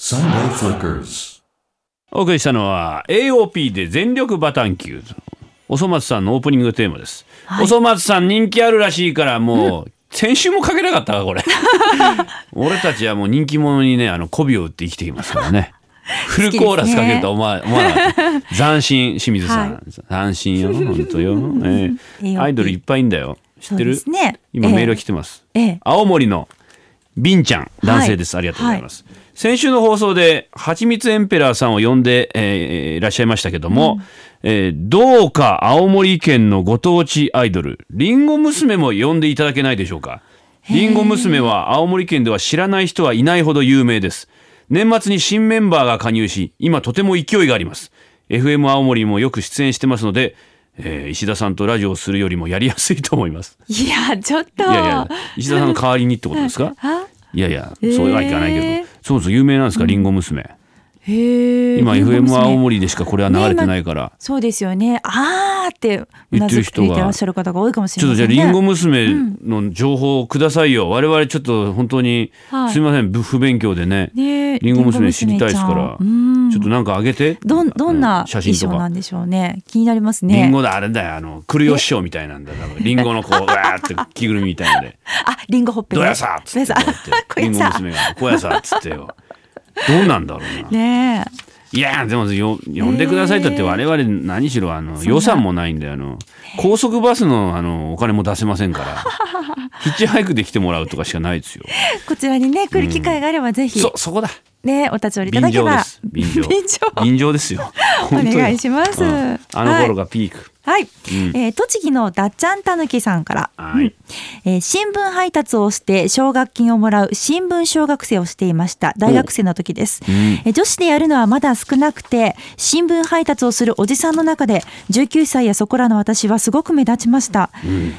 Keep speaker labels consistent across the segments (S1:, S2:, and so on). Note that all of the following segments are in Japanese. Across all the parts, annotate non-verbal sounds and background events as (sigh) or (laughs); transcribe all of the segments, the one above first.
S1: Sunday Flickers.
S2: お送りしたのは AOP で全力バタンキューおそ松さんのオープニングテーマです、おそ松さん人気あるらしいからもう、
S3: (laughs)
S2: 先週もかけなかったわこれ俺たちはもう人気者にねあの媚びを売って生きていますから
S3: (laughs)
S2: ねフルコーラスかけるとは思わ思わなかった斬新清水さん、
S3: は
S2: 斬新よ本当よ、
S3: (laughs)
S2: ええ
S3: AOP
S2: アイドルいっぱいいんだよ知ってる
S3: そうですね
S2: 今
S3: ええ
S2: メール来てます、
S3: ええ
S2: 青森のビンちゃん男性です、
S3: はい
S2: ありがとうございます、先週の放送で蜂蜜エンペラーさんを呼んで、えーいらっしゃいましたけども、えーどうか青森県のご当地アイドルりんご娘も呼んでいただけないでしょうかりんご娘は青森県では知らない人はいないほど有名です年末に新メンバーが加入し今とても勢いがあります FM 青森もよく出演してますので、えー石田さんとラジオをするよりもやりやすいと思います
S3: いやちょっと。
S2: いやいや、石田さんの代わりにってことですか
S3: あ
S2: いやいや、
S3: えー
S2: そうはいかないけど、そうそう有名なんですか、リンゴ娘。
S3: へえ
S2: 今
S3: りんご
S2: FM
S3: 娘
S2: 青森でしかこれは流れてないから。
S3: そうですよねあーってう
S2: 言
S3: な
S2: ってる
S3: ずいて
S2: 人が
S3: いらっしゃる方が多いかもし
S2: ち
S3: れ
S2: ょっ
S3: ま
S2: とじ
S3: せ
S2: ゃあ
S3: ん
S2: リ
S3: ね
S2: ンゴ娘の情報をくださいよ。我々ちょっと本当に
S3: はい
S2: すみません、ぶ不勉強でね。
S3: ね
S2: リンゴ娘知りたいですから、
S3: りんご娘
S2: ちょっと
S3: ちゃんうん
S2: なんかあげて。
S3: どんどん
S2: う
S3: な
S2: 写真と
S3: 衣装な
S2: か。
S3: んでしょうね気になります
S2: リン
S3: ね
S2: ゴだあれだよあのクルヨ師匠みたいなんだ多分リンゴのこうわーって着ぐるみみたいの (laughs) で
S3: あリンゴほ
S2: 「
S3: っぺ
S2: どやさ!」っつってこうやって
S3: ど
S2: リン
S3: や
S2: ゴ
S3: (laughs) さ
S2: 娘が「こやさ!」っつってよどうなんだろうな
S3: ねえ
S2: いやーでもよ呼んでくださいだって
S3: えー
S2: 我々何しろあの
S3: そんな
S2: 予算もないんであの高速バスのあのお金も出せませんからヒッチハイクで来てもらうとかしかない
S3: (laughs)
S2: ですよ。
S3: こちらにね来る機会があればぜひ
S2: そそこだ
S3: ねお立ち寄りいただ
S2: 便
S3: け
S2: 乗で
S3: ば
S2: す便乗
S3: (laughs) 便乗
S2: 便乗ですよ。本当よ
S3: お願いします
S2: うんあの頃がピーク。
S3: はい、
S2: ん
S3: えー栃木のだっちゃんたぬきさんから、
S2: はい
S3: えー新聞配達をして奨学金をもらう新聞小学生をしていました大学生の時です、
S2: ん
S3: えー女子でやるのはまだ少なくて新聞配達をするおじさんの中で19歳やそこらの私はすごく目立ちました、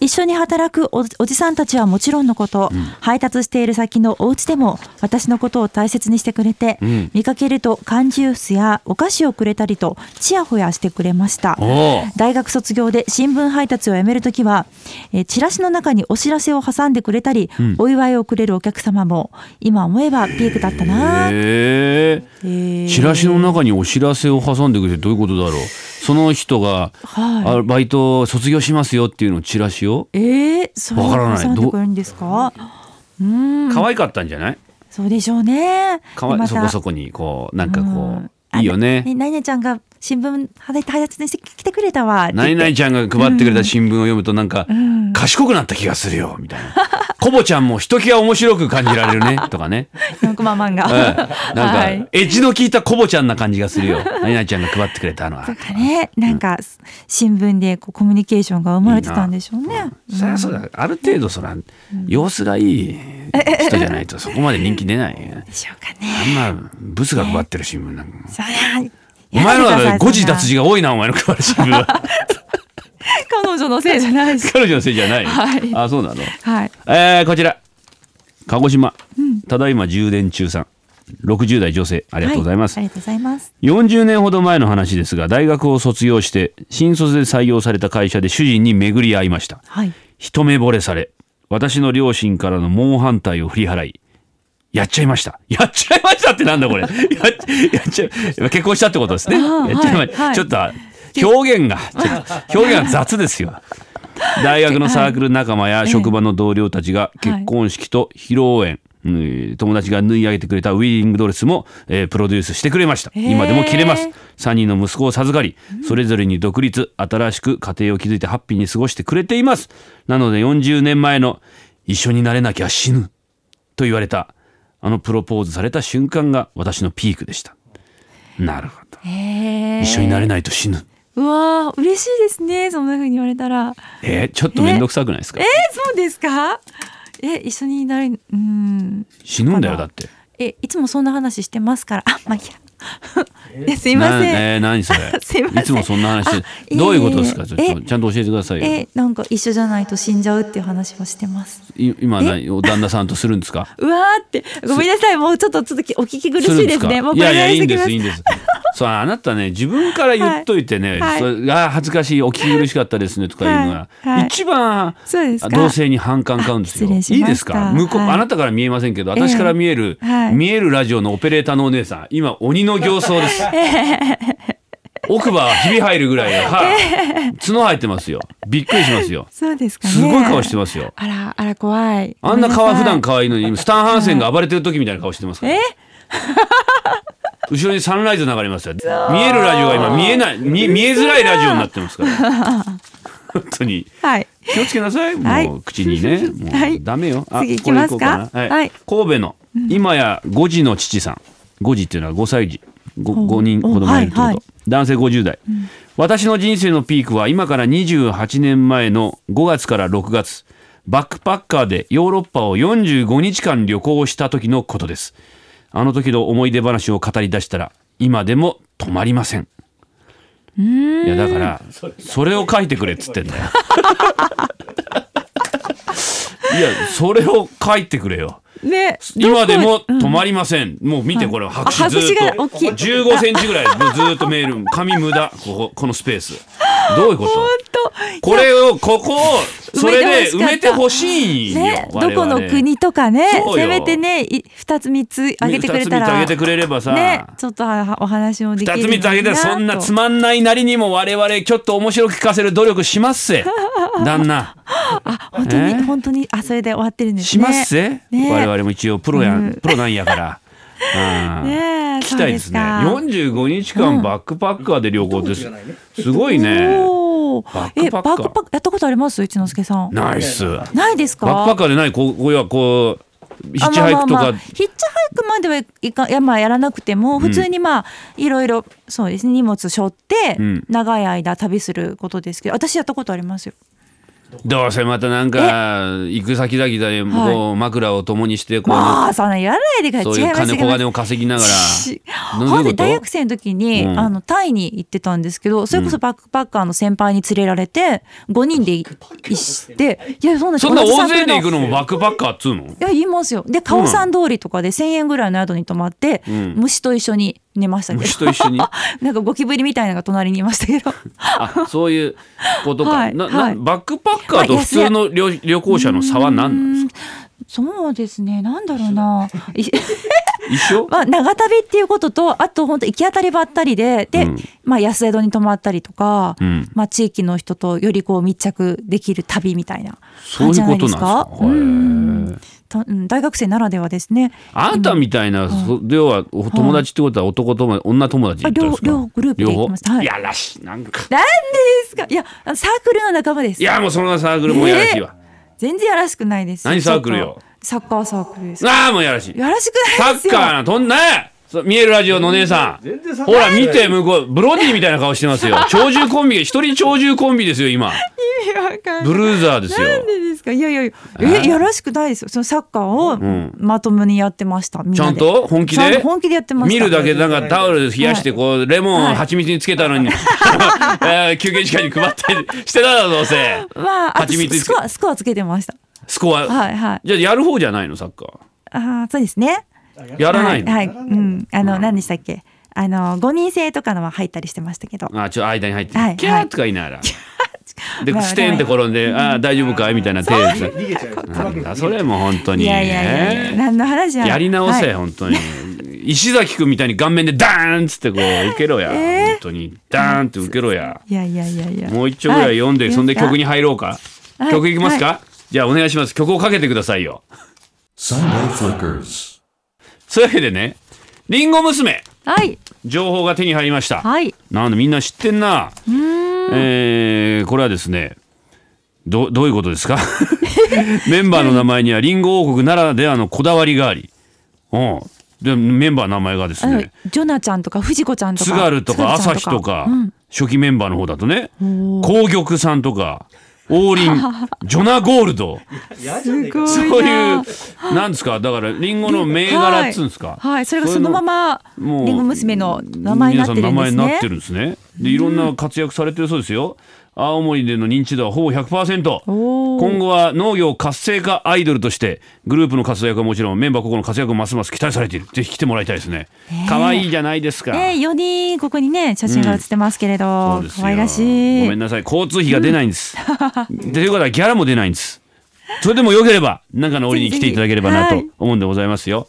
S3: 一緒に働くおおじさんたちはもちろんのこと、配達している先のお家でも私のことを大切にしてくれて、
S2: ん
S3: 見かけると缶ジュースやお菓子をくれたりとちやほやしてくれました
S2: おお
S3: 大学卒業で新聞配達をやめるときは、えーチラシの中にお知らせを挟んでくれたり、お祝いをくれるお客様も今思えばピークだったな、
S2: へえ。
S3: えー
S2: チラシの中にお知らせを挟んでくれてどういうことだろう。その人が、
S3: はい
S2: あバイトを卒業しますよっていうのをチラシを。
S3: えー、それを挟んでくれるんですかうん
S2: 可愛かったんじゃない？
S3: そうでしょうね
S2: かわい
S3: で
S2: そこそこにこうなんかこう、
S3: ん
S2: いいよね
S3: ね。なイナちゃんが新聞配達にしてきてくれたわ
S2: なになにちゃんが配ってくれた新聞を読むとなんか、
S3: ん
S2: 賢くなった気がするよみたいな。コボちゃんもひときわ面白く感じられるね
S3: (laughs)
S2: とかね。
S3: 4コマ漫画
S2: うん、なんか、
S3: はい
S2: エッジの効いたコボちゃんな感じがするよ。なになにちゃんが配ってくれたのは。
S3: ね、なんか新聞でこうコミュニケーションが生まれてたんでしょうね。
S2: そりゃそうだ。ある程度そら、様子がいい人じゃないとそこまで人気出ない。
S3: でしょうかね。
S2: あんまブスが配ってる新聞なんか。
S3: そりゃ
S2: お前のは誤字脱
S3: 字
S2: 字が多いな、お前の配る新聞
S3: (laughs)
S2: は。
S3: 彼女のせいじゃないし。
S2: 彼女のせいじゃない。
S3: はい
S2: あ、そうなの。
S3: はい。
S2: えー、こちら鹿児島、ただいま充電中さん60代女性あ
S3: あ
S2: りがとうございます、
S3: ありがとうございます。
S2: 40年ほど前の話ですが大学を卒業して新卒で採用された会社で主人に巡り合いました
S3: はい。
S2: 一目惚れされ私の両親からの猛反対を振り払いやっちゃいました。やっちゃいましたってなんだこれ。やっやっちゃい、結婚したってことですね。
S3: あ
S2: や
S3: ー
S2: っちゃいまし
S3: はいはい
S2: ちょっと表現が、ちょっと表現が雑ですよ。大学のサークル仲間や職場の同僚たちが結婚式と披露宴、うん友達が縫い上げてくれたウェディングドレスも、えープロデュースしてくれました。
S3: へー
S2: 今でも着れます。3人の息子を授かり、それぞれに独立、新しく家庭を築いてハッピーに過ごしてくれています。なので40年前の一緒になれなきゃ死ぬと言われた、あのプロポーズされた瞬間が私のピークでした。なるほど。
S3: え
S2: 一緒になれないと死ぬ。
S3: うわー嬉しいですね。そんな風に言われたら。
S2: えーちょっと面倒くさくないですか
S3: えー、そうですか。え、一緒になれ、うーん。
S2: 死ぬんだよ、だって。
S3: え、いつもそんな話してますから。あ、まあ、いや。 (laughs) いや、すいません。
S2: なえー何それ
S3: (laughs) すいません
S2: つもそんな話
S3: あ
S2: でどういうことですか
S3: え
S2: ちょっとちゃんと教えてくださいよ
S3: え、なんか一緒じゃないと死んじゃうっていう話をしてます。
S2: い今何お旦那さんとするんですか
S3: うわーってごめんなさいもうちょっと続きお聞き苦しいです
S2: るん
S3: ね
S2: か
S3: もう
S2: い
S3: これ
S2: や
S3: ぐ
S2: いや
S3: ら
S2: いいん
S3: で
S2: です
S3: (laughs) す
S2: いいんですそうあなたね自分から言っといてね、
S3: はい
S2: それあ恥ずかしいお聞き苦しかったですねとか言うのが、
S3: はいはい
S2: 一番
S3: そうですか
S2: 同性に反感買うんですよ
S3: あ失礼しま
S2: い
S3: し
S2: い
S3: た
S2: ですか向こう、
S3: はい
S2: あなたから見えませんけど私から見える、
S3: ええはい
S2: 見えるラジオのオペレーターのお姉さん今鬼の形相です、奥歯ひび入るぐらいの歯角入ってますよびっくりしますよ
S3: そうですかね
S2: すごい顔してますよ
S3: あらあら怖い
S2: あんな
S3: ご
S2: 顔
S3: め
S2: 普
S3: さい
S2: 段可愛いのにスタンハンセンが暴れてる時みたいな顔してますから、
S3: え
S2: (laughs) 後ろにサンライズ流れますよ見えるラジオが今見えない見見えづらいラジオになってますから
S3: (laughs)
S2: 本当に
S3: はい
S2: 気をつけなさいもう、
S3: はい
S2: 口にね
S3: (laughs)
S2: もう、
S3: はい
S2: ダメよあ
S3: 次行きますか
S2: これ行こうはい
S3: はい
S2: 神戸の今や5時の父さん5時っていうのは5歳児 5,
S3: お
S2: 人子供がいるってこと、
S3: おはいはい
S2: 男性50代、私の人生のピークは今から28年前の5月から6月バックパッカーでヨーロッパを45日間旅行した時のことですあの時の思い出話を語り出したら今でも止まりませんいやだからそれを書いてくれっつってんだよいやそれを書いてくれよ
S3: ね
S2: 今でも
S3: どこ
S2: 止まりません、もう見てこれ白
S3: あ
S2: 紙ずっ
S3: 白紙が
S2: と
S3: 大きい
S2: 15センチぐらいもうずっとメ
S3: (laughs)
S2: ール紙無駄こここのスペースどういうこと
S3: と
S2: これをここをそれで埋
S3: 埋
S2: め
S3: め
S2: て
S3: て
S2: ほ
S3: ほ
S2: しいよ、
S3: ね
S2: 我
S3: どこ
S2: 々
S3: の国とかね
S2: そうよ
S3: せめてねい二つ三つあげてく
S2: 二
S3: れた
S2: つ三つあ
S3: ら
S2: げてくれればさ、
S3: ねちょっとはお話もできる
S2: 二
S3: の
S2: つ
S3: に
S2: 三つあげたらそんな
S3: と
S2: つまんないなりにも我々ちょっと面白く聞かせる努力します
S3: (laughs)
S2: せ旦那
S3: 本当に、
S2: えー
S3: 本当にあそれで終わってるんですね
S2: しますせ、
S3: ね
S2: 我々も一応プロやん、
S3: うん
S2: プロなんや
S3: (laughs)
S2: から。うん
S3: ねえ
S2: 聞きたいですね。
S3: そう
S2: 四十五日間バックパッカーで旅行です。すごい
S3: ですか
S2: ね。
S3: お
S2: バ
S3: ー
S2: ッ
S3: え
S2: クパ
S3: バ
S2: ッカー
S3: ックパックやったことあります一之輔さん
S2: ナイス。バ
S3: ないですか
S2: ックパッカーでないこうこうはこうヒッチハイクと
S3: あまあま
S2: か
S3: あまあヒッチハイクまではいかいやまあやらなくても普通にまあいろいろそうですね荷物背負って
S2: うん
S3: 長い間旅することですけど私やったことありますよ
S2: どうせまたなんか行く先々でこう枕を共にしてこう、
S3: まあそんなやらないでから
S2: そう
S3: 違
S2: い
S3: いうます
S2: 金
S3: 違い
S2: 小
S3: ます
S2: 金を稼ぎながら。
S3: し
S2: どういうこと
S3: ほんで大学生の時に、
S2: うん
S3: あのタイに行ってたんですけどそれこそバックパッカーの先輩に連れられて5人でい行っていやそんな
S2: そんな
S3: 同じサ
S2: 大
S3: ークル
S2: 勢で行く
S3: の
S2: のもバックパッカーっつうの？
S3: いや言いますよでカオさん通りとかで1,000円ぐらいの宿に泊まって、
S2: うん
S3: 虫と一緒に寝ましたけ
S2: 虫と一緒に。
S3: ど (laughs) なんかゴキブリみたいなのが隣にいました
S2: (laughs)
S3: けど
S2: あそういうことか、
S3: (laughs) はい
S2: な
S3: は
S2: ないバックパッカーと普通の旅旅行者の差は何なんですか
S3: そうですねなんだろうな。 (laughs) い
S2: 一緒
S3: まあ、長旅っていうこととあと本当行き当たりばったりでで、
S2: うん
S3: まあ、安江戸に泊まったりとか、
S2: うん
S3: まあ、地域の人とよりこう密着できる旅みたいな
S2: そうい
S3: 感
S2: う
S3: じじゃない
S2: こと
S3: です
S2: な
S3: か
S2: んですか。
S3: う
S2: へ
S3: ん
S2: ー
S3: たうん大学生ならではですね
S2: あなたみたいな、そ要はお友達ってことは男友達、女友達ってことですか
S3: あ両両グループで行きます
S2: 両方
S3: はい
S2: いやらしいなんか
S3: なんでですかいやあのサークルの仲間です
S2: いやもうそのサークルもやらしいわ、
S3: 全然やらしくないです
S2: 何サークルよ
S3: サッカーサークルです
S2: ああもうやらしい
S3: やらしく
S2: サ
S3: ないです
S2: ッ
S3: よ
S2: カーなとんなそう見えるラジオのお姉さん
S1: 全然サッカ
S2: ほ
S1: ー
S2: ら見て向こうブロディみたいな顔してますよ鳥獣コンビ一人鳥獣コンビですよ今
S3: 意味わかんない
S2: ブルーザーですよ
S3: なんでですかいやいやい
S2: え
S3: やいやらしくないですよそのサッカー
S2: ん
S3: をまともにやってましたみん
S2: ちゃ
S3: なんで
S2: と本気
S3: ちゃん
S2: で
S3: と本気でやってまし
S2: 見
S3: た
S2: るだけでなんかタオル冷やしてこうレモン
S3: はい
S2: 蜂蜜につけたのに、 (laughs) えー休憩時間に配ったりしてただろどうせ
S3: まあ、あと
S2: 蜂蜜
S3: スコア、スコアつけてました。
S2: スコア、
S3: はいはい。
S2: じゃあやる方じゃないのサッカ
S3: ああ、そうですね。
S2: ーやらないの、
S3: はい、はい、うん、あの、何でしたっけ。あの、五人制とかのは入ったりしてましたけど。
S2: あちょっと間に入って、
S3: はい
S2: キャーとか言いなが
S3: (laughs)
S2: らで
S3: まあ
S2: ステンって転んで「あー大丈夫かい?」みたいな手をつ
S1: 逃げちゃうよ
S2: なんだそれもう本当に
S3: いやいやいやいや、何の話や。
S2: やり直せ、
S3: はい
S2: 本当に
S3: (laughs)
S2: 石崎君みたいに顔面でダーンっつってこう受けろや、
S3: えー
S2: 本当にダーンって受けろや。
S3: いやいやいやいや。
S2: もう一丁ぐらい読んで、
S3: は
S2: そんで曲
S3: いい
S2: に入ろうか。
S3: はい
S2: 曲いきますか、じゃあお願いします。曲をかけてくださいよ。
S4: Sunday Flickers.
S2: そういうわけでね、リンゴ娘、
S3: すか。はい、
S2: 情報が手に入りました。
S3: はい。
S2: なんでみんな知ってんな。えーこれはですね、どどういうことですか (laughs) メンバーの名前にはリンゴ王国ならではのこだわりがあり、うん、でメンバーの名前がです
S3: あの
S2: ね、、
S3: ジョナちゃんとか、藤子ちゃんとか。
S2: 津軽とか
S3: 津ち
S2: 朝
S3: ゃん
S2: 日とか
S3: うん
S2: 初期メンバーの方だとね
S3: お
S2: 紅玉さんとか王林
S3: (laughs)
S2: ジョナ・ゴールド
S1: 嫌じゃね
S3: す
S1: えか
S3: ごいな。
S2: そういうなんですかだからリンゴの銘柄っつうんですか、
S3: はいはい、それがそのまま、リ
S2: もう
S3: ンゴ娘の名前になってるんです
S2: 皆さ
S3: ね。
S2: ん名前になってるんですねでいろんな活躍されてるそうですよ、青森での認知度はほぼ100%
S3: おー
S2: 今後は農業活性化アイドルとしてグループの活躍はもちろんメンバー個々の活躍もますます期待されているぜひ来てもらいたいですね可愛、いじゃないですか、
S3: ね、4人ここにね写真が写ってますけれど、
S2: そうですよ
S3: 可愛らしい
S2: ごめんなさい交通費が出ないんです、ということはギャラも出ないんですそれでもよければ中の折に来ていただければなと
S3: ぜひぜひ
S2: 思うんでございますよ